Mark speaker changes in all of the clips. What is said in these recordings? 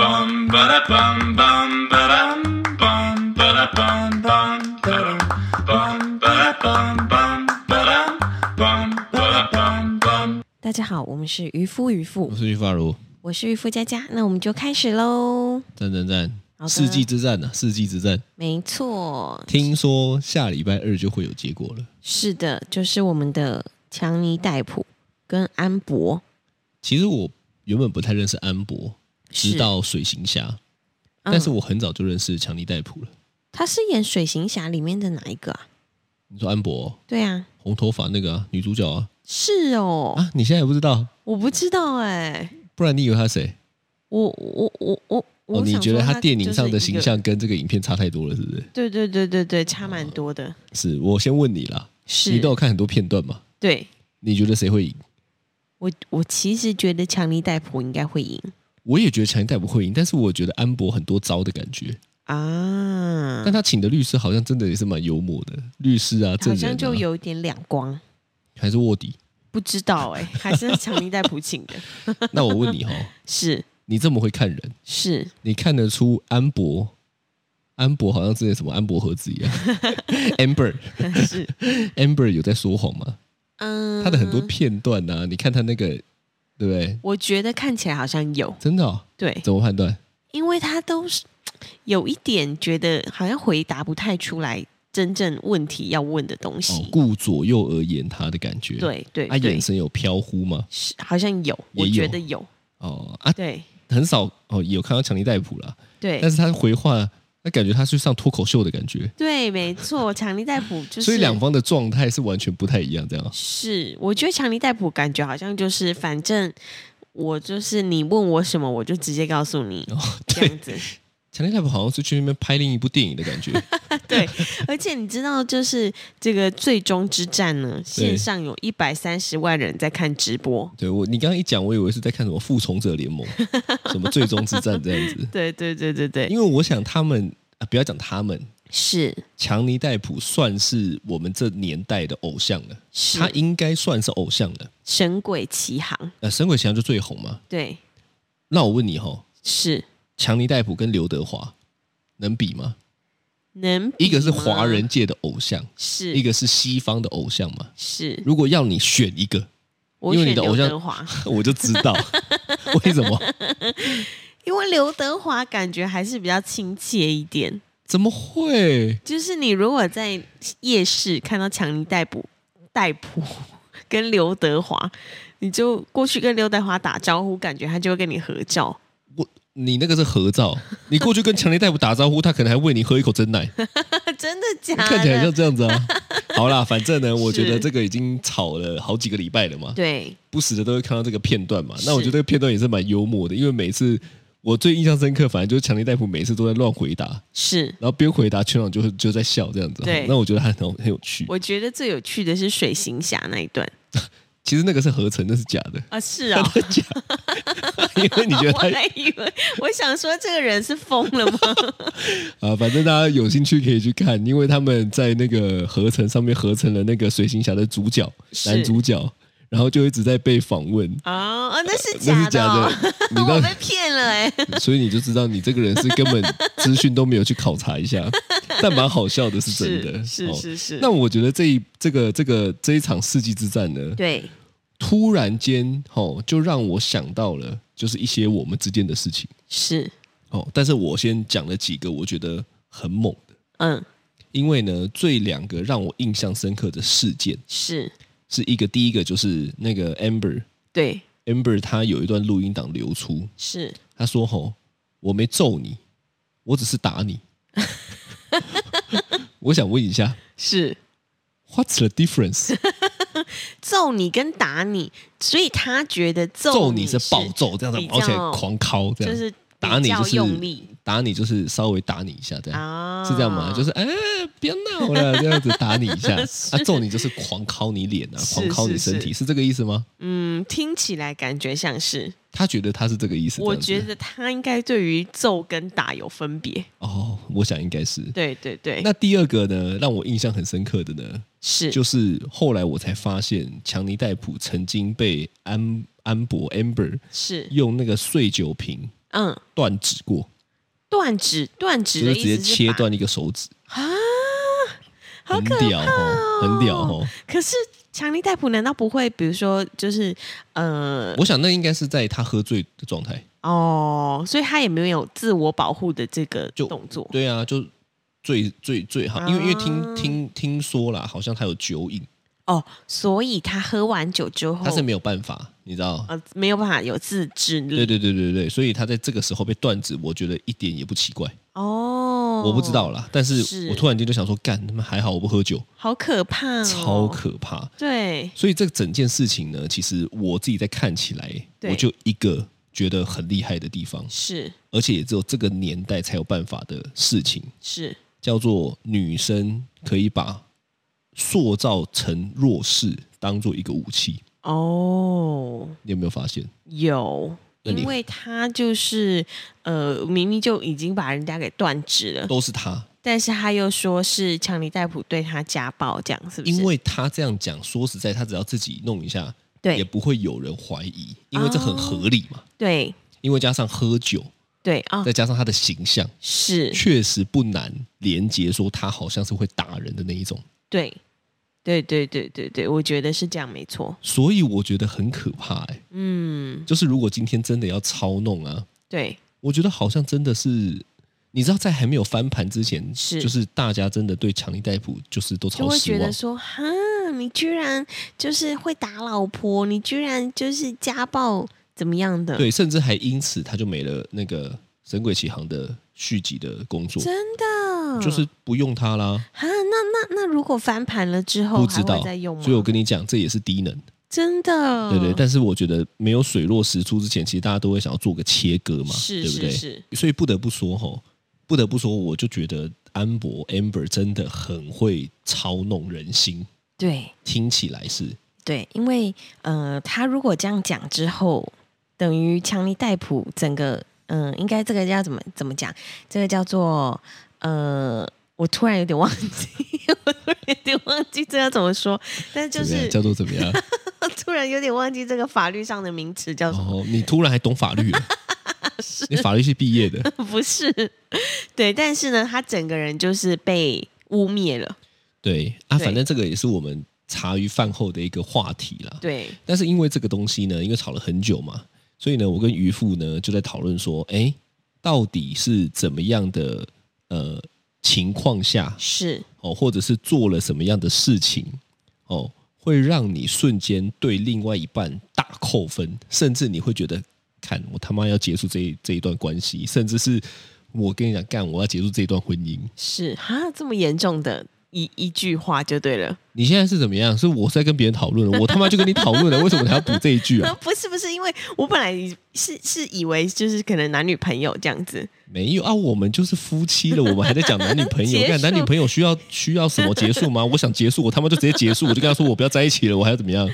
Speaker 1: bum ba da bum bum ba dum bum ba da bum bum ba dum bum ba da bum bum ba dum bum ba da bum bum.
Speaker 2: 大家好，我们是渔夫渔妇
Speaker 3: 我，是于发如，
Speaker 2: 我是渔夫佳佳，那我们就开始喽。
Speaker 3: 赞赞
Speaker 2: 好的
Speaker 3: 赞，世纪之战呢、啊，世纪之战，
Speaker 2: 没错，
Speaker 3: 听说下礼拜二就会有结果了。
Speaker 2: 是的，就是我们的强尼戴普跟安博，
Speaker 3: 其实我原本不太认识安博，
Speaker 2: 是
Speaker 3: 直到水行侠，
Speaker 2: 嗯
Speaker 3: 但是我很早就认识强尼戴普了。
Speaker 2: 他是演《水行侠》里面的哪一个啊？
Speaker 3: 你说安博、哦
Speaker 2: 对啊，
Speaker 3: 红头发那个、啊、女主角啊
Speaker 2: 是哦，
Speaker 3: 啊，你现在也不知道，
Speaker 2: 我不知道哎、
Speaker 3: 不然你以为她谁？
Speaker 2: 我我我我我
Speaker 3: 哦，
Speaker 2: 想说
Speaker 3: 你觉得她
Speaker 2: 他
Speaker 3: 电影上
Speaker 2: 就
Speaker 3: 的
Speaker 2: 是一
Speaker 3: 形
Speaker 2: 个？
Speaker 3: 象跟这个影片差太多了，是不是？
Speaker 2: 对对对对对，差蛮多的。
Speaker 3: 是我先问你啦，
Speaker 2: 是
Speaker 3: 哦你都有看很多片段嘛？
Speaker 2: 对
Speaker 3: 你觉得谁会赢？
Speaker 2: 我我其实觉得强尼戴普应该会赢
Speaker 3: 我也觉得强尼戴普会赢，但是我觉得安博很多招的感觉。
Speaker 2: 啊
Speaker 3: 但，他请的律师好像真的也是蛮幽默的，律师啊，
Speaker 2: 好
Speaker 3: 证人、啊、
Speaker 2: 像就有一点两光。
Speaker 3: 还是卧底。
Speaker 2: 不知道 哎、还是强尼戴普请 的，
Speaker 3: 那我问 你哈、
Speaker 2: 是
Speaker 3: 你这么会看人，
Speaker 2: 是，
Speaker 3: 你看得出安博？安博好像之前什么安博盒子一样 ，Amber
Speaker 2: 是，
Speaker 3: Amber 有在说谎吗？
Speaker 2: 嗯，
Speaker 3: 他的很多，片段啊，你看他那个，对不对？
Speaker 2: 我觉得看起来好像有，
Speaker 3: 真的、哦？
Speaker 2: 对，
Speaker 3: 怎么判断？
Speaker 2: 因为他都是有一点觉得好像回答不太出来真正问题要问的东
Speaker 3: 哦
Speaker 2: 西，，
Speaker 3: 顾左右而言他的感觉。，
Speaker 2: 对对
Speaker 3: 他、
Speaker 2: 对
Speaker 3: 眼，神有飘忽吗？
Speaker 2: 是好像有，
Speaker 3: 也
Speaker 2: 我觉
Speaker 3: 有
Speaker 2: 得有，
Speaker 3: 哦啊，
Speaker 2: 对
Speaker 3: 很少哦，有看到强尼戴普啦，但
Speaker 2: 对
Speaker 3: 是他回话，那感觉他是上脱口秀的感觉。
Speaker 2: 对，没错，强尼戴普就是，
Speaker 3: 所以两方的状态是完全不太一样，这样啊
Speaker 2: 是，我觉得强尼戴普感觉好像就是反正。我就是你问我什么，我就直接告诉你、
Speaker 3: 哦
Speaker 2: 这样子。
Speaker 3: 强尼戴普好像是去那边拍另一部电影的 感觉，
Speaker 2: 对，而且你知道，就是这个最终之战呢，线上有一百三十万人在看直播。
Speaker 3: 对我，你刚刚一讲，我以为是在看什么《复仇者联盟》、什么《最终之战》这样子，
Speaker 2: 对对对对对，
Speaker 3: 因为我想他们啊，不要讲他们，
Speaker 2: 是
Speaker 3: 强尼戴普算是我们这年代的偶像了，
Speaker 2: 是
Speaker 3: 他应该算是偶像了。
Speaker 2: 神鬼奇航，
Speaker 3: 呃，《神鬼奇侠》就最红嘛。
Speaker 2: 对，
Speaker 3: 那我问你哦，
Speaker 2: 是
Speaker 3: 强尼戴普跟刘德华能比吗？
Speaker 2: 能比
Speaker 3: 一个是
Speaker 2: 吗
Speaker 3: 华人，界的偶像，
Speaker 2: 是
Speaker 3: 一个是西方的偶像嘛。
Speaker 2: 是，
Speaker 3: 如果要你选一个，
Speaker 2: 我
Speaker 3: 因为你
Speaker 2: 选
Speaker 3: 的偶
Speaker 2: 刘
Speaker 3: 像
Speaker 2: 德华，
Speaker 3: 我就知道为什么。
Speaker 2: 因为刘德华感觉还是比较亲切一点。
Speaker 3: 怎么会？
Speaker 2: 就是你如果在夜市看到强尼逮捕、逮捕跟刘德华，你就过去跟刘德华打招呼，感觉他就会跟你合照。
Speaker 3: 你那个是合照，你过去跟强尼大夫打招呼，他可能还喂你喝一口真奶，
Speaker 2: 真的假的？
Speaker 3: 看起来像这样子 啊。好啦，反正呢，我觉得
Speaker 2: 是
Speaker 3: 这个已经炒了好几个礼拜了嘛，
Speaker 2: 对，
Speaker 3: 不时的都会看到这个片段嘛。
Speaker 2: 是
Speaker 3: 那我觉得这个片段也是蛮幽默的，因为每次我最印象深刻，反正就是强尼大夫每次都在乱回答，
Speaker 2: 是。
Speaker 3: 然后边回答全场就就在笑这样子。
Speaker 2: 对
Speaker 3: 那我觉得还很很有趣。
Speaker 2: 我觉得最有趣的是水行侠那一段
Speaker 3: 其实那个是合成，那是假的，
Speaker 2: 啊，是啊、
Speaker 3: 真的假的？因 为你觉得
Speaker 2: 我
Speaker 3: 他
Speaker 2: 还以为我想说这个人是疯了 吗？
Speaker 3: 啊，反正大家有兴趣可以去看，因为他们在那个合成上面合成了那个水行侠的主角
Speaker 2: 是
Speaker 3: 男主角，然后就一直在被访问，
Speaker 2: 啊啊，那是
Speaker 3: 那
Speaker 2: 假
Speaker 3: 是假
Speaker 2: 哦
Speaker 3: 的，你知
Speaker 2: 我
Speaker 3: 道，
Speaker 2: 被骗了哎、
Speaker 3: 所以你就知道你这个人是根本资讯都没有去考察一下，但蛮好笑的， 是真的。
Speaker 2: 是
Speaker 3: 哦
Speaker 2: 是是，
Speaker 3: 那我觉得这一这个这个这一场世纪之战呢，
Speaker 2: 对
Speaker 3: 突然间哦，就让我想到了就是一些我们之间的事情
Speaker 2: 是
Speaker 3: 哦，但是我先讲了几个我觉得很猛的。
Speaker 2: 嗯
Speaker 3: 因为呢，最两个让我印象深刻的事件
Speaker 2: 是
Speaker 3: 是一个，第一个就是那个 Amber，Amber
Speaker 2: 对
Speaker 3: 她有一段录音档流出，
Speaker 2: 是
Speaker 3: 她说：“吼，我没揍你，我只是打你。”我想问一下
Speaker 2: 是
Speaker 3: ，What's the difference？
Speaker 2: 揍你跟打你，所以他觉得 揍
Speaker 3: 揍
Speaker 2: 你
Speaker 3: 你是暴揍，这样子
Speaker 2: 比，较
Speaker 3: 而且狂敲这样，
Speaker 2: 就是
Speaker 3: 打你
Speaker 2: 比较
Speaker 3: 就是
Speaker 2: 用力
Speaker 3: 打你就是稍微打你一下这样。
Speaker 2: 啊，
Speaker 3: 是这样吗？就是是哎，不要闹 了，这样子打你一下，
Speaker 2: 是
Speaker 3: 啊，揍你就是狂敲你脸啊，
Speaker 2: 是
Speaker 3: 狂敲你
Speaker 2: 是
Speaker 3: 身体，
Speaker 2: 是
Speaker 3: 是这个意思吗？
Speaker 2: 嗯，听起来感觉像是。
Speaker 3: 他觉得他是这个意思。
Speaker 2: 我
Speaker 3: 这
Speaker 2: 觉
Speaker 3: 样子
Speaker 2: 得他应该对于揍跟打有分别。
Speaker 3: 哦，我想应该是。
Speaker 2: 对对对，
Speaker 3: 那第二个呢，让我印象很深刻的呢，
Speaker 2: 是
Speaker 3: 就是后来我才发现，强尼戴普曾经被安安博 Amber
Speaker 2: 是
Speaker 3: 用那个碎酒瓶
Speaker 2: 嗯，
Speaker 3: 断指过，
Speaker 2: 断指，断指
Speaker 3: 就
Speaker 2: 的
Speaker 3: 是
Speaker 2: 意
Speaker 3: 直
Speaker 2: 思
Speaker 3: 接
Speaker 2: 是
Speaker 3: 切
Speaker 2: 把
Speaker 3: 断一个手指，
Speaker 2: 啊，好
Speaker 3: 很
Speaker 2: 可
Speaker 3: 屌
Speaker 2: 怕、
Speaker 3: 哦，很屌哦。
Speaker 2: 可是强力逮捕难道不会，比如说就是呃
Speaker 3: 我想那应该是在他喝醉的状态，
Speaker 2: 哦，所以他也没有自我保护的这个
Speaker 3: 就
Speaker 2: 动作
Speaker 3: 对啊，就最最最好，因为因为听
Speaker 2: 啊
Speaker 3: 听听说啦，好像他有酒瘾，
Speaker 2: 哦，所以他喝完酒之后，
Speaker 3: 他是没有办法，你知道？
Speaker 2: 呃没有办法有自制
Speaker 3: 对
Speaker 2: 力
Speaker 3: 对对对对，所以他在这个时候被断指，我觉得一点也不奇怪。
Speaker 2: 哦，
Speaker 3: 我不知，道啦，但是
Speaker 2: 是
Speaker 3: 我突然间就想说，干他妈还好我不喝酒，
Speaker 2: 好可怕、哦，
Speaker 3: 超可怕。
Speaker 2: 对，
Speaker 3: 所以这整件事情呢，其实我自己在看起来，
Speaker 2: 对
Speaker 3: 我就一个觉得很厉害的地方，
Speaker 2: 是
Speaker 3: 而且也只有这个年代才有办法的事情，
Speaker 2: 是
Speaker 3: 叫做女生可以把塑造成弱势当做一个武器。
Speaker 2: 哦，
Speaker 3: 你有没有发现？
Speaker 2: 有。
Speaker 3: 那你
Speaker 2: 因为他就是，呃，明明就已经把人家给断指了，
Speaker 3: 都是她，
Speaker 2: 但是他又说是强尼戴普对他家暴，这样是不是？
Speaker 3: 因为她这样讲，说实在，她只要自己弄一下，也
Speaker 2: 对哦
Speaker 3: 不会有人怀疑，因为这很合理嘛。
Speaker 2: 对
Speaker 3: 因为加上喝酒，
Speaker 2: 对啊、
Speaker 3: 再加上她的形象，
Speaker 2: 是，
Speaker 3: 确实不难连接说她好像是会打人的那一种。
Speaker 2: 对对对对对对，我觉得是这样，没错。
Speaker 3: 所以我觉得很可怕、欸，
Speaker 2: 嗯，
Speaker 3: 就是如果今天真的要操弄啊，
Speaker 2: 对，
Speaker 3: 我觉得好像真的是，你知道，在还没有翻盘之前，
Speaker 2: 是
Speaker 3: 就是大家真的对强力逮捕就是都
Speaker 2: 就
Speaker 3: 超
Speaker 2: 会
Speaker 3: 失
Speaker 2: 觉
Speaker 3: 望
Speaker 2: 得，说，哈，你居然就是会打老婆，你居然就是家暴怎么样的？，
Speaker 3: 对，甚至还因此他就没了那个《神鬼奇航》的续集的工作，
Speaker 2: 真的
Speaker 3: 就是不用他啦，
Speaker 2: 哈，那那那如果翻盘了之后，
Speaker 3: 不知
Speaker 2: 哦还
Speaker 3: 道
Speaker 2: 会再用。吗？
Speaker 3: 所以我跟你讲，这也是低能，
Speaker 2: 真的，
Speaker 3: 对对。但是我觉得没有水落石出之前，其实大家都会想要做个切割嘛，
Speaker 2: 是
Speaker 3: 对不对
Speaker 2: 是？是，
Speaker 3: 所以不得不说吼，不得不说，我就觉得安博 Amber 真的很会操弄人心，
Speaker 2: 对
Speaker 3: 听起来是
Speaker 2: 对，因为呃，他如果这样讲之后，等于强尼戴普整个，嗯、应该这个叫怎么怎么讲？这个叫做呃，我突然有点忘记， 我突然有点忘记这要怎么说，但就
Speaker 3: 怎么
Speaker 2: 是
Speaker 3: 样？叫做怎 么样？
Speaker 2: 突然有点忘记这个法律上的名词叫什么。
Speaker 3: 哦，你突然还懂法 律了？你法律系毕业的，
Speaker 2: 不是，对，但是呢，他整个人就是被污蔑了，
Speaker 3: 对啊，
Speaker 2: 对
Speaker 3: 反正这个也是我们茶余饭后的一个话题啦。
Speaker 2: 对，
Speaker 3: 但是因为这个东西呢，因为吵了很久嘛，所以呢，我跟渔父呢就在讨论说，哎，到底是怎么样的呃情况下，
Speaker 2: 是
Speaker 3: 哦，或者是做了什么样的事情，哦，会让你瞬间对另外一半大扣分，甚至你会觉得，看我他妈要结束这一这一段关系，甚至是我跟你讲，干我要结束这一段婚姻。
Speaker 2: 是，哈，这么严重的一一句话就对了。
Speaker 3: 你现在是怎么样？是我在跟别人讨论了，我他妈就跟你讨论了，为什么你还要补这一句啊？
Speaker 2: 不是不是，因为我本来以是是以为就是可能男女朋友这样子，
Speaker 3: 没有啊，我们就是夫妻了，我们还在讲男女朋友
Speaker 2: 结，束
Speaker 3: 干男女朋友需要需要什么结束吗？我想结束，我他妈就直接结束，我就跟他说我不要在一起了，我还要怎么 样？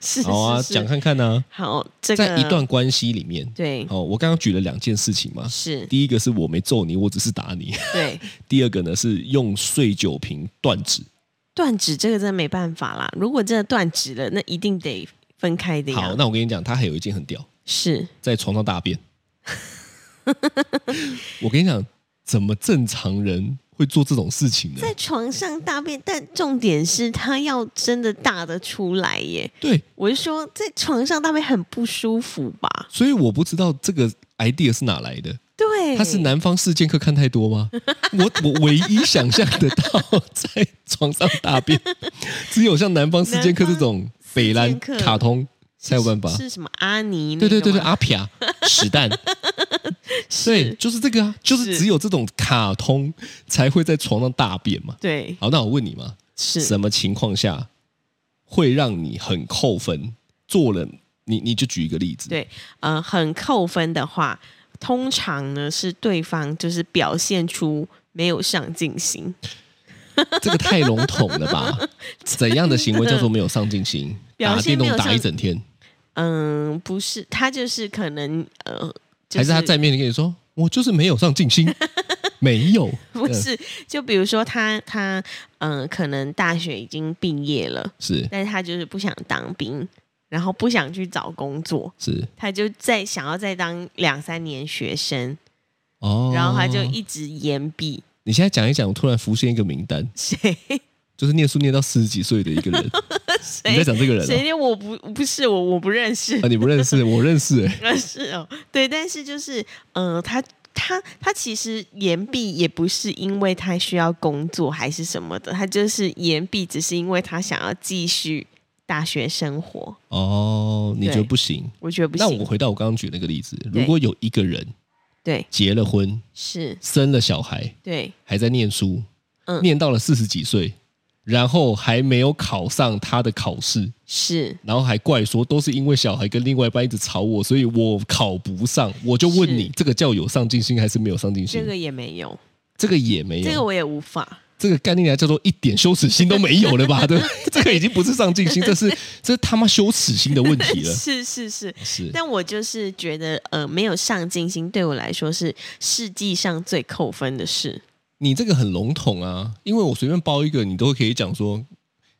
Speaker 2: 是
Speaker 3: 好啊，
Speaker 2: 是
Speaker 3: 讲
Speaker 2: 是
Speaker 3: 看看呢、
Speaker 2: 好这个
Speaker 3: 在一段关系里面，
Speaker 2: 对
Speaker 3: 哦，我刚刚举了两件事情嘛，
Speaker 2: 是
Speaker 3: 第一个是我没揍你，我只是打你；
Speaker 2: 对
Speaker 3: 第二个呢是用碎酒瓶断指。
Speaker 2: 断指这个真的没办法啦，如果真的断指了，那一定得分开的呀。
Speaker 3: 好，那我跟你讲，他还有一件很屌，
Speaker 2: 是
Speaker 3: 在床 上大便。我跟你讲，怎么正常人会做这种事情呢？
Speaker 2: 在床上大便，但重点是他要真的大得出来耶。
Speaker 3: 对，
Speaker 2: 我就说在床上大便很不舒服吧？
Speaker 3: 所以我不知道这个 idea 是哪来的。
Speaker 2: 对，
Speaker 3: 他是南方四剑客看太多 吗？我我唯一想象得到在床上大 便，只有像南方四剑客这种北
Speaker 2: 四
Speaker 3: 兰
Speaker 2: 剑客
Speaker 3: 卡通才有办法。
Speaker 2: 是什么阿尼那个
Speaker 3: 对
Speaker 2: 吗？
Speaker 3: 对对对，阿撇 屎蛋，对，就是这个啊，就是
Speaker 2: 是
Speaker 3: 只有这种卡通才会在床上大便嘛。
Speaker 2: 对
Speaker 3: 好，那我问你嘛，
Speaker 2: 是
Speaker 3: 什么情况下会让你很扣分？做了你你就举一个例子，
Speaker 2: 对，呃，很扣分的话，通常呢是对方就是表现出没有上进心，
Speaker 3: 这个太笼统了 吧？怎样的行为叫做没有上进心？
Speaker 2: 表
Speaker 3: 打
Speaker 2: 现
Speaker 3: 电动
Speaker 2: 没有
Speaker 3: 打
Speaker 2: 上
Speaker 3: 一整天，
Speaker 2: 嗯、不是，他就是可能呃，就
Speaker 3: 还是他在面前跟你说，我就是没有上 进心，没有，嗯
Speaker 2: 不是，就比如说他他嗯、呃可能大学已经毕业了，
Speaker 3: 是
Speaker 2: 但是他就是不想当兵，然后不想去找工作，
Speaker 3: 是
Speaker 2: 他就再想要再当两三年学生，
Speaker 3: 哦。
Speaker 2: 然后他就一直延毕。
Speaker 3: 你现在讲一讲，我突然浮现一个名单，
Speaker 2: 谁
Speaker 3: 就是念书念到四十几岁的一个人。你 在
Speaker 2: 谁
Speaker 3: 讲这个人、
Speaker 2: 谁
Speaker 3: 哦？
Speaker 2: 连我不不是我我不认识
Speaker 3: 啊，，你不 认识，我认识、欸。
Speaker 2: 认识哦，对，但是就是呃，他他他其实延毕也不是因为他需要工作还是什么的，他就是延毕只是因为他想要继续大学生活。
Speaker 3: 哦，你觉
Speaker 2: 对
Speaker 3: 得不行？
Speaker 2: 我觉得不
Speaker 3: 那我
Speaker 2: 行，
Speaker 3: 回到我刚刚举那个例子，
Speaker 2: 对
Speaker 3: 如果有一个人
Speaker 2: 对，
Speaker 3: 结了婚，
Speaker 2: 是，
Speaker 3: 生了小孩，
Speaker 2: 对，
Speaker 3: 还在念书，
Speaker 2: 嗯
Speaker 3: 念到了四十几岁，然后还没有考上他的考试，
Speaker 2: 是，
Speaker 3: 然后还怪说都是因为小孩跟另外一半一直吵我，所以我考不上。我就问你
Speaker 2: 是，
Speaker 3: 这个叫有上进心还是没有上进心？
Speaker 2: 这个也没有，
Speaker 3: 这个也嗯没有，
Speaker 2: 这个我也无法。
Speaker 3: 这个概念来叫做一点羞耻心都没有了 吧？对，这个已经不是上进心，这是这是他妈羞耻心的问题了。
Speaker 2: 是是 是，
Speaker 3: 啊是
Speaker 2: 但我就是觉得，呃，没有上进心对我来说是世纪上最扣分的事。
Speaker 3: 你这个很笼统啊，因为我随便包一个，你都可以讲说，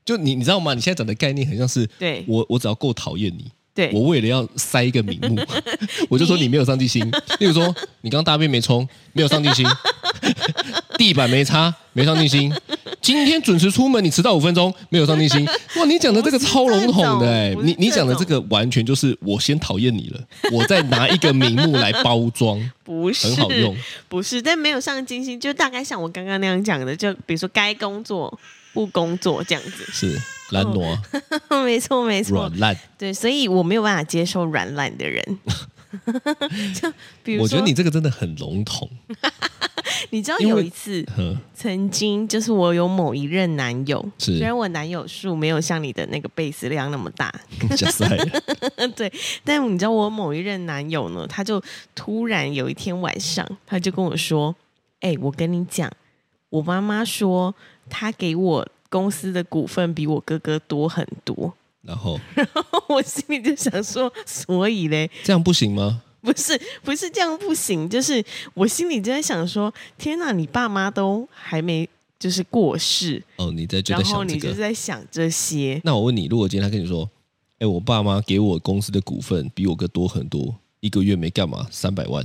Speaker 3: 就你你知道吗？你现在讲的概念很像是
Speaker 2: 对
Speaker 3: 我我只要够讨厌你，
Speaker 2: 对，
Speaker 3: 我为了要塞一个名 目，我就说你没有上进心。例如说，你刚大便没冲，没有上进心；地板没擦，没上进心；今天准时出门，你迟到五分钟，没有上进心。哇，你讲的这个超笼统的、欸，
Speaker 2: 不是这种
Speaker 3: 你你讲的
Speaker 2: 不
Speaker 3: 这
Speaker 2: 是这
Speaker 3: 个完全就是我先讨厌你了，我再拿一个名目来包装，
Speaker 2: 不是
Speaker 3: 很好用。
Speaker 2: 不是，但没有上进心，就大概像我刚刚那样讲的，就比如说该工作不工作这样子。
Speaker 3: 是懒
Speaker 2: 哦
Speaker 3: 惰、
Speaker 2: 没错，没错
Speaker 3: 软，烂。
Speaker 2: 对，所以我没有办法接受软烂的 人。就比如说，
Speaker 3: 我觉得你这个真的很笼统。
Speaker 2: 你知道
Speaker 3: 因为
Speaker 2: 有一次
Speaker 3: 呵
Speaker 2: 曾经就是我有某一任男友，
Speaker 3: 是
Speaker 2: 虽然我男友数没有像你的那个贝斯量那么大，
Speaker 3: 假赛
Speaker 2: 对，但你知道我某一任男友呢，他就突然有一天晚上，他就跟我说：“哎、我跟你讲，我妈妈说她给我公司的股份比我哥哥多很多。
Speaker 3: 然后”
Speaker 2: 我心里就想说，所以嘞，
Speaker 3: 这样不行吗？
Speaker 2: 不是不是这样不行，就是我心里就在想说，天哪，你爸妈都还没就是过世，
Speaker 3: 哦，你在就在
Speaker 2: 然后
Speaker 3: 想这
Speaker 2: 你
Speaker 3: 个
Speaker 2: 就。在想这些，
Speaker 3: 那我问你，如果今天他跟你说，哎、我爸妈给我公司的股份比我哥多很多，一个月没干嘛，三百万，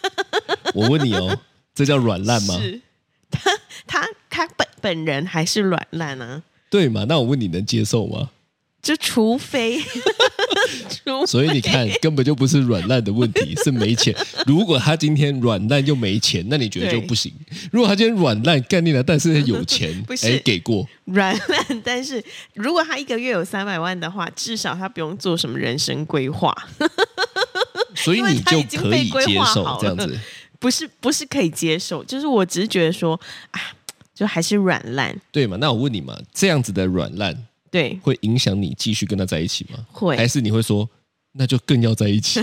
Speaker 3: 我问你哦，这叫软烂吗？
Speaker 2: 是 他他他本本人还是软烂啊。
Speaker 3: 对嘛？那我问你能接受吗？
Speaker 2: 就除非，除
Speaker 3: 所以你看， 根本就不是软烂的问题，是没钱。如果他今天软烂又没钱，那你觉得就
Speaker 2: 对
Speaker 3: 不行。如果他今天软烂概念了，但是有钱
Speaker 2: 不，是
Speaker 3: 哎、给过，
Speaker 2: 软烂，但是如果他一个月有三百万的话，至少他不用做什么人生规划，
Speaker 3: 所以
Speaker 2: 因为
Speaker 3: 你
Speaker 2: 他
Speaker 3: 就
Speaker 2: 已经
Speaker 3: 可
Speaker 2: 被
Speaker 3: 以
Speaker 2: 规
Speaker 3: 接
Speaker 2: 划
Speaker 3: 受
Speaker 2: 好
Speaker 3: 这样
Speaker 2: 了
Speaker 3: 子。
Speaker 2: 不是不是可以接受，就是我只是觉得说啊，就还是软烂，
Speaker 3: 对嘛？那我问你嘛，这样子的软烂
Speaker 2: 对，
Speaker 3: 会影响你继续跟他在一起吗？
Speaker 2: 会
Speaker 3: 还是你会说，那就更要在一 起？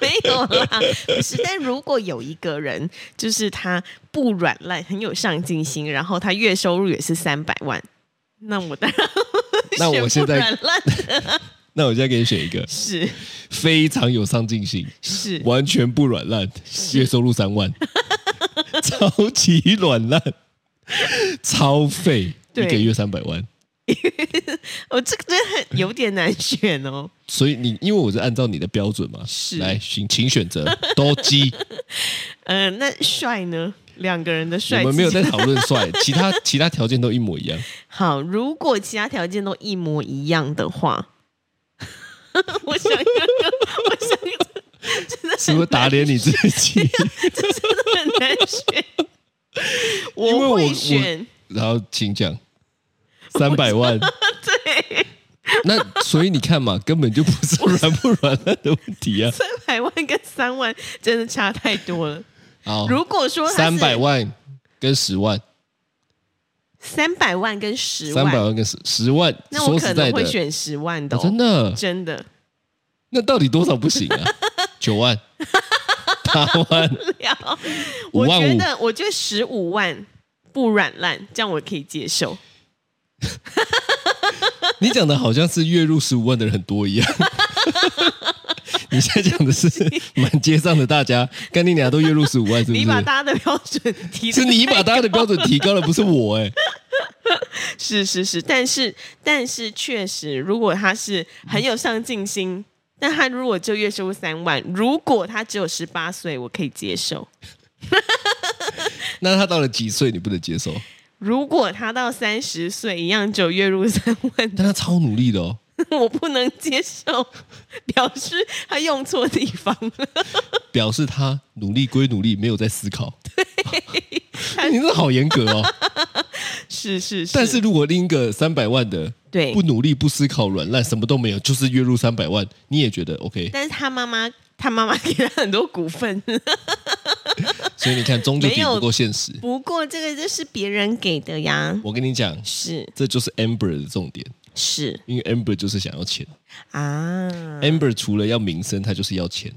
Speaker 2: 没有啦，不是。但如果有一个人就是他不软烂，很有上进心，然后他月收入也是三百万，那我当然
Speaker 3: 那我
Speaker 2: 选不
Speaker 3: 现在
Speaker 2: 软烂
Speaker 3: 那我现在给你选一个，
Speaker 2: 是
Speaker 3: 非常有上进心，
Speaker 2: 是
Speaker 3: 完全不软烂，月收入三万， 超级软烂，超废，一
Speaker 2: 对
Speaker 3: 个月三百万。
Speaker 2: 我这个真的很有点难选哦。
Speaker 3: 所以你因为我是按照你的标准嘛，
Speaker 2: 是
Speaker 3: 来请请选择都鸡，
Speaker 2: 呃，那帅呢？两个人的帅，
Speaker 3: 我们没有在。讨论帅，其他其他条件都一模一样。
Speaker 2: 好，如果其他条件都一模一样的话， 我想一个，我想一个，
Speaker 3: 是不是打脸你自己？
Speaker 2: 这真的很难选。
Speaker 3: 因为我
Speaker 2: 会选，
Speaker 3: 然后请讲三百万，对。那所以你看嘛，根本就不是软不软烂的问题啊。
Speaker 2: 三百万跟三万真的差太多了。
Speaker 3: 好，
Speaker 2: 如果说
Speaker 3: 三百
Speaker 2: 万，
Speaker 3: 万跟十万，
Speaker 2: 三百万跟十
Speaker 3: 三百
Speaker 2: 万，
Speaker 3: 万跟十十万，
Speaker 2: 那我
Speaker 3: 说
Speaker 2: 可
Speaker 3: 实在
Speaker 2: 能
Speaker 3: 的，
Speaker 2: 会选十万的、
Speaker 3: 哦
Speaker 2: 哦
Speaker 3: 真的，
Speaker 2: 真的
Speaker 3: 那到底多少不行 啊？九万、八万、
Speaker 2: 了。
Speaker 3: 五
Speaker 2: 我
Speaker 3: 万
Speaker 2: 觉
Speaker 3: 五，
Speaker 2: 得，我觉得十五万不软烂，这样我可以接受。
Speaker 3: 你讲的好像是月入十五万的人很多一样。 你现在讲的是满街上的大家，干你俩都月入十五万，是不是？
Speaker 2: 你把大家的标准提得
Speaker 3: 是你把大家的标准提高了，不是我哎、
Speaker 2: 是是是，但是但是确实，如果他是很有上进心，但他如果就月收入三万，如果他只有十八岁，我可以接受；
Speaker 3: 那他到了几岁你不能接受？
Speaker 2: 如果他到三十岁一样只有月入三万，
Speaker 3: 但他超努力的哦，
Speaker 2: 我不能接受，表示他用错地方了。
Speaker 3: 表示他努力归努力，没有在思考。 哎你这好严格 哦。
Speaker 2: 是是是，
Speaker 3: 但是如果拎一个三百万的，
Speaker 2: 对
Speaker 3: 不努力、不思考、软烂，什么都没有，就是月入三百万，你也觉得 OK？
Speaker 2: 但是他妈妈，他妈妈给他很多股份。
Speaker 3: 所以你看，终究
Speaker 2: 没
Speaker 3: 抵
Speaker 2: 有
Speaker 3: 不过现实。
Speaker 2: 不过这个就是别人给的呀，
Speaker 3: 我跟你讲，
Speaker 2: 是
Speaker 3: 这就是 Amber 的重点，
Speaker 2: 是
Speaker 3: 因为 Amber 就是想要钱。
Speaker 2: 啊，
Speaker 3: Amber 除了要名声，他就是要钱。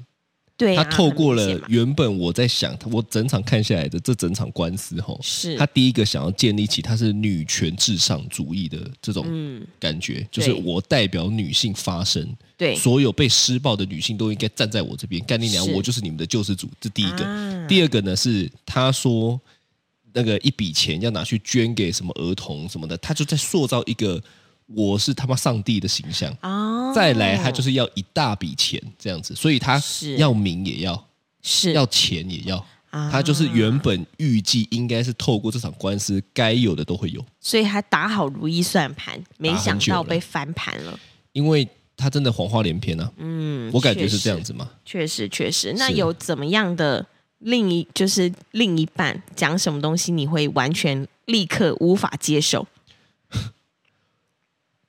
Speaker 2: 对啊
Speaker 3: 他透
Speaker 2: 很明
Speaker 3: 过了
Speaker 2: 显嘛
Speaker 3: 原本我在想，我整场看下来的这整场官司吼，
Speaker 2: 是
Speaker 3: 他第一个想要建立起他是女权至上主义的这种感觉，就是
Speaker 2: 嗯对
Speaker 3: 我代表女性发声，
Speaker 2: 对
Speaker 3: 所有被施暴的女性都应该站在我这边，干你娘，
Speaker 2: 是
Speaker 3: 我就是你们的救世主。这第一个，
Speaker 2: 啊
Speaker 3: 第二个呢是他说那个一笔钱要拿去捐给什么儿童什么的，他就在塑造一个我是他妈上帝的形象。
Speaker 2: 哦，
Speaker 3: 再来，他就是要一大笔钱这样子，所以他
Speaker 2: 是
Speaker 3: 要名也要，
Speaker 2: 是
Speaker 3: 要钱也要。
Speaker 2: 啊
Speaker 3: 他就是原本预计应该是透过这场官司该有的都会有，
Speaker 2: 所以还打好如意算盘，没想
Speaker 3: 很久
Speaker 2: 到
Speaker 3: 了
Speaker 2: 被翻盘了。
Speaker 3: 因为他真的黄花连篇啊，
Speaker 2: 嗯，
Speaker 3: 我感觉
Speaker 2: 确
Speaker 3: 是
Speaker 2: 实
Speaker 3: 这样，子嘛。
Speaker 2: 确实确实。那
Speaker 3: 是
Speaker 2: 有怎么样的另一就是另一半讲什么东西，你会完全立刻无法接受？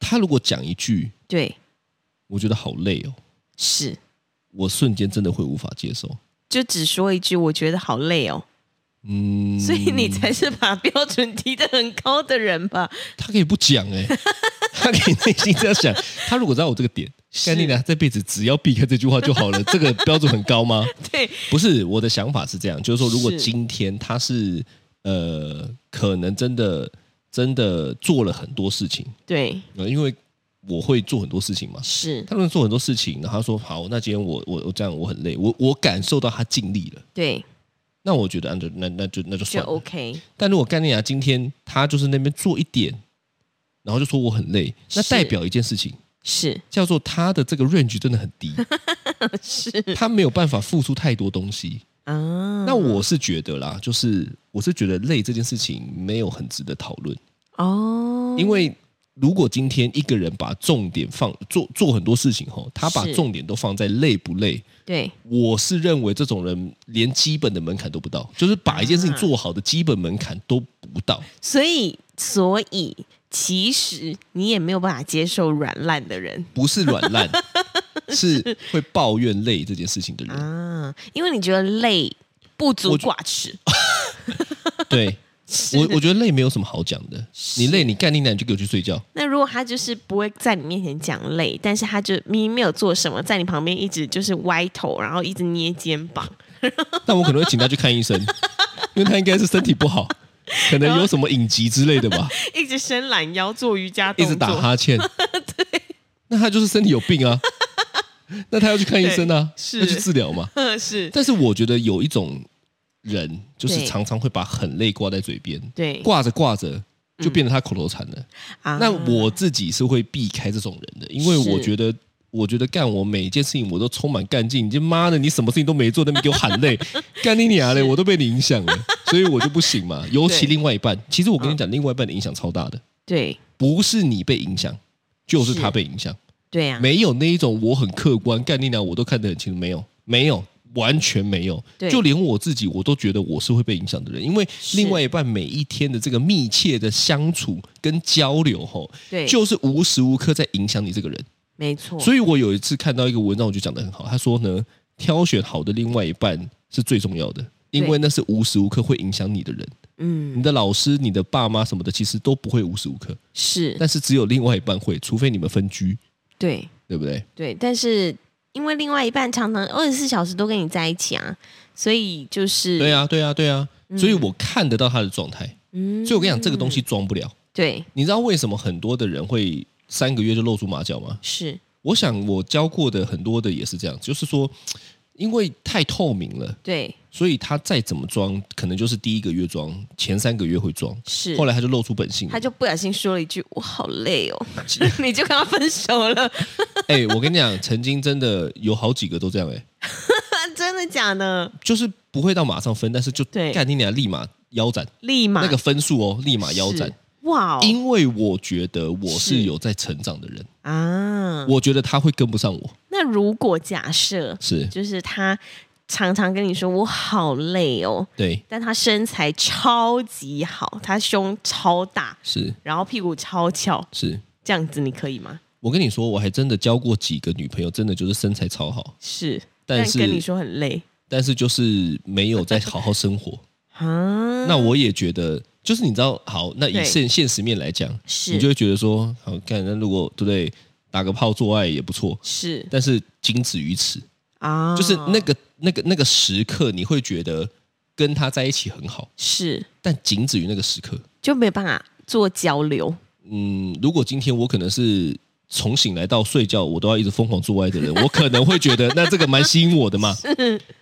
Speaker 3: 他如果讲一句，
Speaker 2: 对，
Speaker 3: 我觉得好累哦，
Speaker 2: 是
Speaker 3: 我瞬间真的会无法接受。
Speaker 2: 就只说一句，我觉得好累哦。
Speaker 3: 嗯，
Speaker 2: 所以你才是把标准提得很高的人吧？
Speaker 3: 他可以不讲哎、他可以内心这样想。他如果知道我这个 点，干你俩这辈子只要避开这句话就好了，这个标准很高吗？
Speaker 2: 对，
Speaker 3: 不是，我的想法是这样，就是说，如果
Speaker 2: 是
Speaker 3: 今天他是呃，可能真的真的做了很多事情，
Speaker 2: 对，
Speaker 3: 呃因为我会做很多事情嘛。
Speaker 2: 是，
Speaker 3: 他们做很多事情，然后他说好，那今天我我我这样我很累，我我感受到他尽力了，
Speaker 2: 对，
Speaker 3: 那我觉得啊那就那那就那就
Speaker 2: 就
Speaker 3: 算了。
Speaker 2: OK，
Speaker 3: 但如果甘尼亚今天他就是那边做一点，然后就说我很累，那
Speaker 2: 是
Speaker 3: 代表一件事情，
Speaker 2: 是
Speaker 3: 叫做他的这个 range 真的很低，
Speaker 2: 是
Speaker 3: 他没有办法付出太多东西。
Speaker 2: 啊，
Speaker 3: 那我是觉得啦，就是我是觉得累这件事情没有很值得讨论，
Speaker 2: 哦，
Speaker 3: 因为如果今天一个人把重点放做做很多事情后，他把
Speaker 2: 是
Speaker 3: 重点都放在累不累，
Speaker 2: 对
Speaker 3: 我是认为这种人连基本的门槛都不到，就是把一件事情做好的基本门槛都不到。
Speaker 2: 所以，所以其实你也没有办法接受软烂的人
Speaker 3: 不是软 烂，是会抱怨累这件事情的人。
Speaker 2: 啊，因为你觉得累不足
Speaker 3: 我觉
Speaker 2: 挂齿，
Speaker 3: 对我，我觉得累没有什么好讲的。你累，你干你奶，你就给我去睡觉。
Speaker 2: 那如果他就是不会在你面前讲累，但是他就明明没有做什么，在你旁边一直就是歪头，然后一直捏肩 膀，
Speaker 3: 那我可能会请他去看 医生，因为他应该是身体不好，可能有什么隐疾之类的吧，
Speaker 2: 一直伸懒腰做瑜伽
Speaker 3: 一
Speaker 2: 动作，
Speaker 3: 直打哈欠。那他就是身体有病啊。那他要去看医生啊，
Speaker 2: 是
Speaker 3: 要去治疗嘛。
Speaker 2: 呵 是，
Speaker 3: 但是我觉得有一种人，就是
Speaker 2: 对
Speaker 3: 常常会把很累挂在嘴边，
Speaker 2: 对嗯
Speaker 3: 挂着挂着就变成他口头禅了。
Speaker 2: 啊
Speaker 3: 那我自己是会避开这种人的，因为我
Speaker 2: 是
Speaker 3: 觉得，我觉得干我每一件事情我都充满干劲。你这妈的，你什么事情都没做，那边给我喊 累，干你娘嘞！我都被你影响了，所以我就不行嘛。尤其
Speaker 2: 对
Speaker 3: 另外一半，其实我跟你讲，另外一半的影响超大的，
Speaker 2: 对
Speaker 3: 不是你被影响，就是
Speaker 2: 是
Speaker 3: 他被影响。
Speaker 2: 对啊，
Speaker 3: 没有那一种我很客观，干你娘我都看得很清楚，没有，没有。完全没有
Speaker 2: 对，
Speaker 3: 就连我自己，我都觉得我是会被影响的人，因为另外一半每一天的这个密切的相处跟交流，吼，
Speaker 2: 对，哦
Speaker 3: 就是无时无刻在影响你这个人。
Speaker 2: 没错，
Speaker 3: 所以我有一次看到一个文章，我就讲得很好，他说呢，挑选好的另外一半是最重要的，因为那是无时无刻会影响你的人。
Speaker 2: 嗯
Speaker 3: 你的老师、你的爸妈什么的，其实都不会无时无刻，
Speaker 2: 是，
Speaker 3: 但是只有另外一半会，除非你们分居，
Speaker 2: 对。
Speaker 3: 对不对？
Speaker 2: 对，但是因为另外一半常常二十四小时都跟你在一起啊，所以就是
Speaker 3: 对啊，对啊，对啊。所以我看得到他的状态，
Speaker 2: 嗯
Speaker 3: 所以我跟你讲，这个东西装不了。
Speaker 2: 对
Speaker 3: 你知道为什么很多的人会三个月就露出马脚吗？
Speaker 2: 是，
Speaker 3: 我想我教过的很多的也是这样，就是说，因为太透明了。
Speaker 2: 对
Speaker 3: 所以他再怎么装，可能就是第一个月装，前三个月会装，
Speaker 2: 是
Speaker 3: 后来他就露出本性了。
Speaker 4: 他就不小心说了一句：“我好累 哦。”你就跟他分手了，
Speaker 2: 啊
Speaker 3: 哎、我跟你讲，曾经真的有好几个都这样、哎，
Speaker 2: 真的假的？
Speaker 3: 就是不会到马上分，但是就
Speaker 2: 对
Speaker 3: 干你俩立马腰斩，
Speaker 2: 立马
Speaker 3: 那个分数哦，立马腰斩
Speaker 2: 是。哇哦
Speaker 3: 因为我觉得我是
Speaker 2: 是
Speaker 3: 有在成长的人，
Speaker 2: 啊！
Speaker 3: 我觉得他会跟不上我，
Speaker 2: 那如果假设
Speaker 3: 是
Speaker 2: 就是他常常跟你说我好累哦，
Speaker 3: 对，
Speaker 2: 但他身材超级好，他胸超大，
Speaker 3: 是
Speaker 2: 然后屁股超翘，
Speaker 3: 是。
Speaker 2: 这样子你可以吗？
Speaker 3: 我跟你说，我还真的交过几个女朋友，真的就是身材超好，
Speaker 2: 是，
Speaker 3: 但是
Speaker 2: 跟你说很累
Speaker 3: 但是就是没有在好好生活。
Speaker 2: 啊，
Speaker 3: 那我也觉得，就是你知道，好，那以
Speaker 2: 对
Speaker 3: 现现实面来讲，
Speaker 2: 是
Speaker 3: 你就会觉得说，好看，那如果对不对，打个炮做爱也不错，
Speaker 2: 是
Speaker 3: 但是仅止于此，
Speaker 2: 啊，
Speaker 3: 就是那个那个那个时刻，你会觉得跟他在一起很好，
Speaker 2: 是
Speaker 3: 但仅止于那个时刻。
Speaker 2: 就没办法做交流，
Speaker 3: 嗯，如果今天我可能是从醒来到睡觉，我都要一直疯狂做爱的人，我可能会觉得那这个蛮吸引我的 嘛。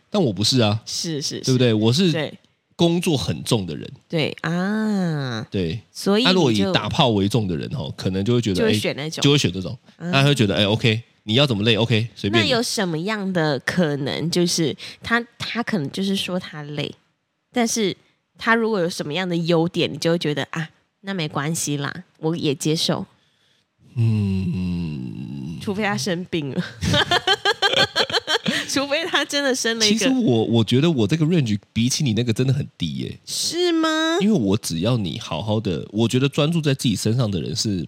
Speaker 3: 但我不是啊，
Speaker 2: 是是，
Speaker 3: 对不
Speaker 2: 对？
Speaker 3: 对？我是
Speaker 2: 对
Speaker 3: 工作很重的人，
Speaker 2: 对啊，
Speaker 3: 对。
Speaker 2: 所以
Speaker 3: 那如果
Speaker 2: 你
Speaker 3: 以
Speaker 2: 就
Speaker 3: 打炮为重的人哦，可能就会觉得
Speaker 2: 就会
Speaker 3: 哎
Speaker 2: 选那种
Speaker 3: 就会选这种，他会觉得哎，OK，你要怎么累，OK，随
Speaker 2: 嗯那
Speaker 3: 便你。
Speaker 2: 有什么样的可能？就是他他可能就是说他累，但是他如果有什么样的优点，你就会觉得啊，那没关系啦，我也接受，
Speaker 3: 嗯，
Speaker 2: 除非他生病 了，除非他真的生了
Speaker 3: 其
Speaker 2: 一
Speaker 3: 实
Speaker 2: 个，
Speaker 3: 我我觉得我这个 range 比起你那个真的很低耶、
Speaker 2: 是吗？
Speaker 3: 因为我只要你好好的，我觉得专注在自己身上的人是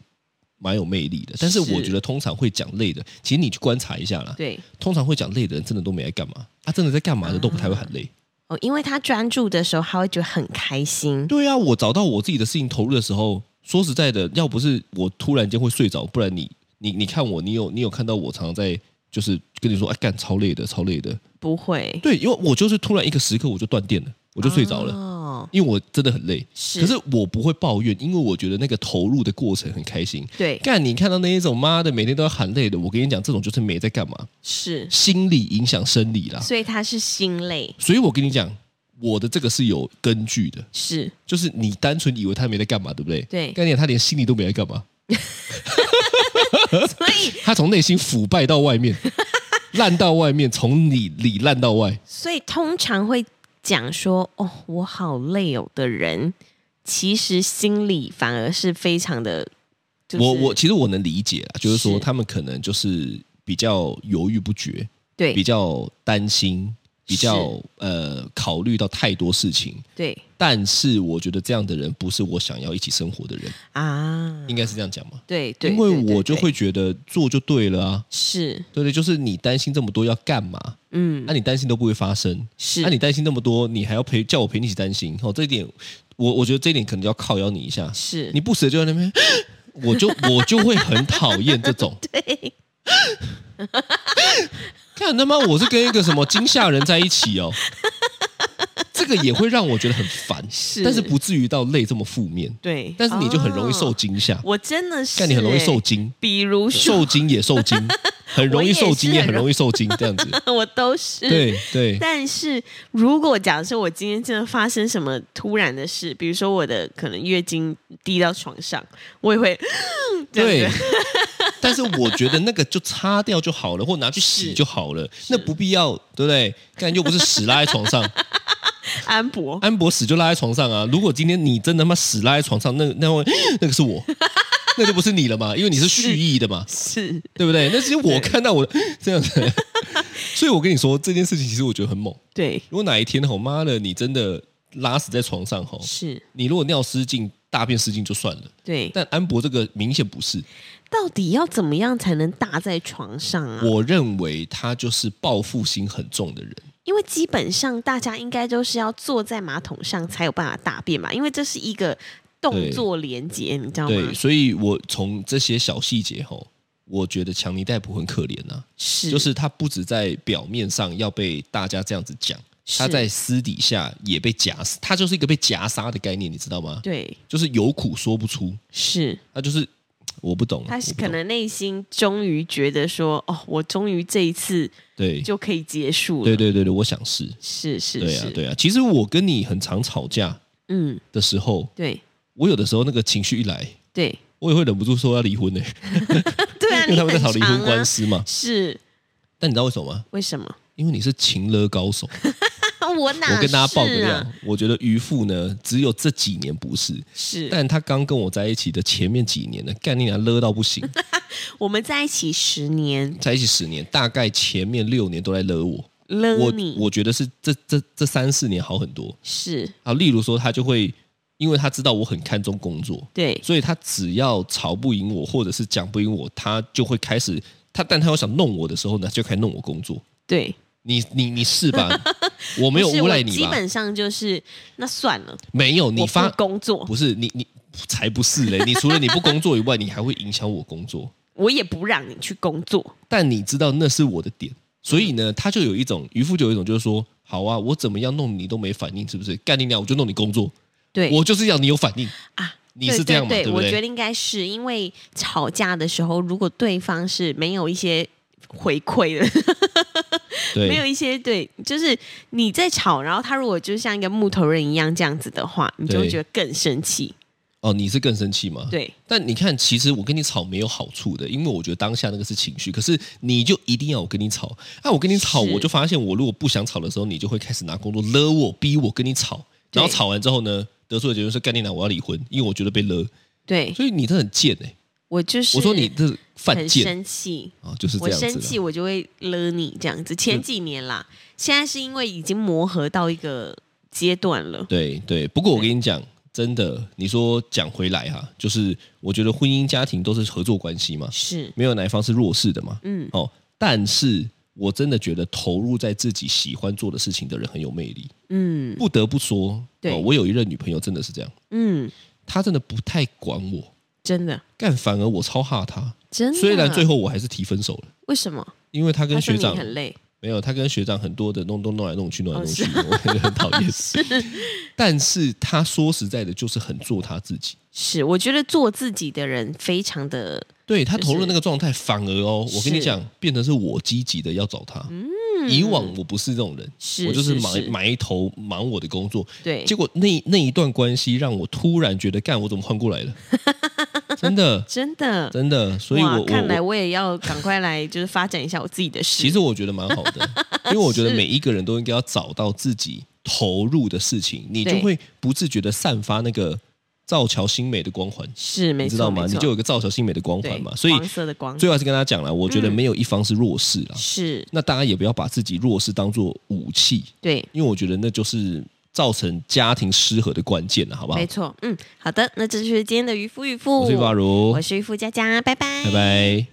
Speaker 3: 蛮有魅力的。但是
Speaker 2: 是
Speaker 3: 我觉得通常会讲累的，其实你去观察一下啦，
Speaker 2: 对
Speaker 3: 通常会讲累的人真的都没在干嘛，他、真的在干嘛的都不太会喊累。
Speaker 2: 哦，因为他专注的时候，他会觉得很开心，
Speaker 3: 对啊，我找到我自己的事情投入的时候，说实在的，要不是我突然间会睡着，不然你你你看我，你有你有看到我常常在就是跟你说，哎，干超累的，超累的。
Speaker 2: 不会
Speaker 3: 对，因为我就是突然一个时刻我就断电了，我就睡着了。
Speaker 2: 哦，
Speaker 3: 因为我真的很累，
Speaker 2: 是
Speaker 3: 可是我不会抱怨，因为我觉得那个投入的过程很开心。
Speaker 2: 对，
Speaker 3: 干，你看到那一种妈的每天都要喊累的，我跟你讲，这种就是没在干嘛，
Speaker 2: 是，
Speaker 3: 心理影响生理啦。
Speaker 2: 所以他是心累，
Speaker 3: 所以我跟你讲，我的这个是有根据的，
Speaker 2: 是
Speaker 3: 就是你单纯以为他没在干嘛，对不对？
Speaker 2: 对
Speaker 3: 干你啊讲他连心里都没在干嘛，
Speaker 2: 所以
Speaker 3: 他从内心腐败到外 面，烂到外面，从里里烂到外。
Speaker 2: 所以通常会讲说“哦，我好累哦”的人，其实心里反而是非常的，就是
Speaker 3: 我我其实我能理解啊，就是说
Speaker 2: 是
Speaker 3: 他们可能就是比较犹豫不决，比
Speaker 2: 对
Speaker 3: 较担心，比
Speaker 2: 是
Speaker 3: 较呃考虑到太多事情。
Speaker 2: 对
Speaker 3: 但是我觉得这样的人不是我想要一起生活的人，
Speaker 2: 啊，
Speaker 3: 应该是这样讲嘛？
Speaker 2: 对对，
Speaker 3: 因为
Speaker 2: 对对
Speaker 3: 我就
Speaker 2: 对
Speaker 3: 会觉得做就对了啊，
Speaker 2: 是
Speaker 3: 对不对？就是你担心这么多要干嘛？啊
Speaker 2: 嗯
Speaker 3: 那、你担心都不会发生，
Speaker 2: 是
Speaker 3: 那、啊你担心那么多，你还要陪叫我陪你一起担心？哦，这一点我我觉得这一点可能就要靠邀你一下，
Speaker 2: 是
Speaker 3: 你不舍就在那边， 我就我就会很讨厌这种。
Speaker 2: 对
Speaker 3: 看他妈，我是跟一个什么惊吓人在一 起哦，这个也会让我觉得很烦，
Speaker 2: 是
Speaker 3: 但是不至于到累这么负面。
Speaker 2: 对，
Speaker 3: 但是你就很容易受
Speaker 2: 哦，
Speaker 3: 惊吓，
Speaker 2: 我真的是
Speaker 3: 看、你很容易受
Speaker 2: 欸，
Speaker 3: 惊，
Speaker 2: 比如
Speaker 3: 受
Speaker 2: 说
Speaker 3: 惊也受惊，很容易受惊，
Speaker 2: 我也是
Speaker 3: 也很容易 受惊，这样子。
Speaker 2: 我都是
Speaker 3: 对对，
Speaker 2: 但是如果假设我今天真的发生什么突然的事，比如说我的可能月经滴到床上，我 也会这
Speaker 3: 对
Speaker 2: 样子，
Speaker 3: 但是我觉得那个就擦掉就好了，或拿去洗
Speaker 2: 是
Speaker 3: 就好了，那不必要，对不对？看又不是屎拉在床上，
Speaker 2: 安博
Speaker 3: 安博屎就拉在床上啊。如果今天你真的他妈屎拉在床上，那那会 那个是我， 那就不是你了嘛，因为你是蓄意的嘛，
Speaker 2: 是
Speaker 3: 对不对？那是我看到我 这样子，所以我跟你说这件事情，其实我觉得很猛。
Speaker 2: 对
Speaker 3: 如果哪一天吼妈的你真的拉屎在床上吼，
Speaker 2: 是，
Speaker 3: 你如果尿失禁、大便失禁就算了，
Speaker 2: 对，
Speaker 3: 但安博这个明显不是。
Speaker 2: 到底要怎么样才能搭在床上啊？
Speaker 3: 我认为他就是报复心很重的人。
Speaker 2: 因为基本上大家应该都是要坐在马桶上才有办法大便吧，因为这是一个动作连接，你知道吗
Speaker 3: 对，？所以我从这些小细节吼，我觉得强尼戴普很可怜呐、
Speaker 2: 是
Speaker 3: 就是他不止在表面上要被大家这样子讲，
Speaker 2: 是
Speaker 3: 他在私底下也被夹死，他就是一个被夹杀的概念，你知道吗？
Speaker 2: 对
Speaker 3: 就是有苦说不出，
Speaker 2: 是
Speaker 3: 他就是我不懂啊，
Speaker 2: 他
Speaker 3: 我
Speaker 2: 是
Speaker 3: 不懂
Speaker 2: 可能内心终于觉得说，哦，我终于这一次
Speaker 3: 对，
Speaker 2: 就可以结束了。
Speaker 3: 对对对对，我想是，
Speaker 2: 是是
Speaker 3: 对
Speaker 2: 是，
Speaker 3: 啊对啊。其实我跟你很常吵架
Speaker 2: 嗯，
Speaker 3: 的时候，
Speaker 2: 对
Speaker 3: 我有的时候那个情绪一来，
Speaker 2: 对
Speaker 3: 我也会忍不住说要离婚呢、
Speaker 2: 对啊，
Speaker 3: 因为
Speaker 2: 你
Speaker 3: 他们在
Speaker 2: 很
Speaker 3: 吵离婚
Speaker 2: 长
Speaker 3: 官
Speaker 2: 啊
Speaker 3: 司嘛。
Speaker 2: 是
Speaker 3: 但你知道为什么吗？
Speaker 2: 为什么？
Speaker 3: 因为你是情勒高手，
Speaker 2: 我哪、啊、
Speaker 3: 我跟大家爆个料，我觉得渔夫呢，只有这几年不是，
Speaker 2: 是
Speaker 3: 但他刚跟我在一起的前面几年呢，概念啊勒到 不行，
Speaker 2: 我们在一起十年，
Speaker 3: 在一起十年，大概前面六年都在勒我，
Speaker 2: 勒
Speaker 3: 我
Speaker 2: 你
Speaker 3: 我觉得是这这这三四年好很多
Speaker 2: 是
Speaker 3: 啊。例如说，他就会因为他知道我很看重工作，
Speaker 2: 对
Speaker 3: 所以他只要吵不赢我，或者是讲不赢我，他就会开始他，但他又想弄我的时候呢，就开始弄我工作。
Speaker 2: 对，
Speaker 3: 你你你是 吧？我没有
Speaker 2: 不是
Speaker 3: 诬赖
Speaker 2: 我
Speaker 3: 你
Speaker 2: 基
Speaker 3: 吧？
Speaker 2: 本上就是那算了，
Speaker 3: 没有，你
Speaker 2: 我
Speaker 3: 发
Speaker 2: 不工作，
Speaker 3: 不是你你才不是嘞！你除了你不工作以外，你还会影响我工作。
Speaker 2: 我也不让你去工作，
Speaker 3: 但你知道那是我的点，所以
Speaker 2: 嗯
Speaker 3: 呢，他就有一种渔夫就有一种就是说，好啊，我怎么样弄你都没反应，是不是？干你娘，我就弄你工作，
Speaker 2: 对
Speaker 3: 我就是要你有反应。
Speaker 2: 啊。
Speaker 3: 你是这样嘛
Speaker 2: 对
Speaker 3: 对不
Speaker 2: 我
Speaker 3: 对
Speaker 2: 觉得应该是因为吵架的时候，如果对方是没有一些回馈的，没有
Speaker 3: 对
Speaker 2: 一些对，就是你在吵，然后他如果就像一个木头人一样这样子的话，你就会
Speaker 3: 对
Speaker 2: 觉得更生气。
Speaker 3: 哦，你是更生气吗？。
Speaker 2: 对，
Speaker 3: 但你看，其实我跟你吵没有好处的，因为我觉得当下那个是情绪。可是你就一定要我跟你吵，啊，我跟你吵，
Speaker 2: 是
Speaker 3: 我就发现我如果不想吵的时候，你就会开始拿工作勒我，逼我跟你吵。
Speaker 2: 对
Speaker 3: 然后吵完之后呢，得出的结论是干你娘，我要离婚，因为我觉得被勒。
Speaker 2: 对
Speaker 3: 所以你这很贱哎、
Speaker 2: 我就是
Speaker 3: 我说你这犯
Speaker 2: 很
Speaker 3: 贱
Speaker 2: 生气，
Speaker 3: 啊，就是这
Speaker 2: 我
Speaker 3: 样
Speaker 2: 生
Speaker 3: 子
Speaker 2: 气
Speaker 3: 啦。
Speaker 2: 我就会勒你这样子。前几年啦，
Speaker 3: 嗯
Speaker 2: 现在是因为已经磨合到一个阶段了，
Speaker 3: 对对，不过我跟你讲，真的，你说讲回来哈、就是我觉得婚姻家庭都是合作关系嘛，
Speaker 2: 是
Speaker 3: 没有哪一方是弱势的嘛。
Speaker 2: 嗯
Speaker 3: 哦，但是我真的觉得投入在自己喜欢做的事情的人很有魅力，
Speaker 2: 嗯
Speaker 3: 不得不说，
Speaker 2: 对
Speaker 3: 哦我有一任女朋友真的是这样，
Speaker 2: 嗯，
Speaker 3: 她真的不太管我，
Speaker 2: 真的
Speaker 3: 但反而我超怕她，
Speaker 2: 真的。啊
Speaker 3: 虽然最后我还是提分手了。
Speaker 2: 为什么
Speaker 3: 因为她
Speaker 2: 他
Speaker 3: 跟
Speaker 2: 说
Speaker 3: 学
Speaker 2: 你
Speaker 3: 长
Speaker 2: 很累？
Speaker 3: 没有，她跟学长很多的弄东弄来弄去，弄来
Speaker 2: 哦
Speaker 3: 弄
Speaker 2: 是
Speaker 3: 去，我也很讨厌。 但是她说实在的，就是很做她自己。
Speaker 2: 是，我觉得做自己的人非常的
Speaker 3: 对她
Speaker 2: 就
Speaker 3: 投入
Speaker 2: 是
Speaker 3: 那个状态，反而哦，我跟你
Speaker 2: 是嗯
Speaker 3: 讲，变成是我积极的要找她。以往我不是这种人，
Speaker 2: 是
Speaker 3: 我就是
Speaker 2: 是
Speaker 3: 埋
Speaker 2: 是
Speaker 3: 埋头忙我的工作。
Speaker 2: 对
Speaker 3: 结，果那那一段关系让我突然觉得，干我怎么换过来了？真的，
Speaker 2: 真的。
Speaker 3: 真的，所以
Speaker 2: 哇
Speaker 3: 我
Speaker 2: 看来
Speaker 3: 我我
Speaker 2: 我也要赶快来，就是发展一下我自己的事。
Speaker 3: 其实我觉得蛮好 的，因为我觉得
Speaker 2: 是
Speaker 3: 每一个人都应该要找到自己投入的事情，你就
Speaker 2: 对
Speaker 3: 会不自觉的散发那个造桥新美的光环，
Speaker 2: 是没
Speaker 3: 你
Speaker 2: 错，
Speaker 3: 知道吗？
Speaker 2: 没
Speaker 3: 你
Speaker 2: 错
Speaker 3: 就有一个造桥新美的光环
Speaker 2: 对
Speaker 3: 嘛，所以
Speaker 2: 黄色的光
Speaker 3: 最后还是跟大家讲了，我觉得没有一方是弱势啦，
Speaker 2: 是
Speaker 3: 那大家也不要把自己弱势当做武器，
Speaker 2: 对，
Speaker 3: 因为我觉得那就是造成家庭失和的关键了，啊好不好
Speaker 2: 没？错。嗯，好的，那这就是今天的渔夫渔夫，
Speaker 3: 我是巴如
Speaker 2: 我，是渔夫佳佳，拜拜，
Speaker 3: 拜拜。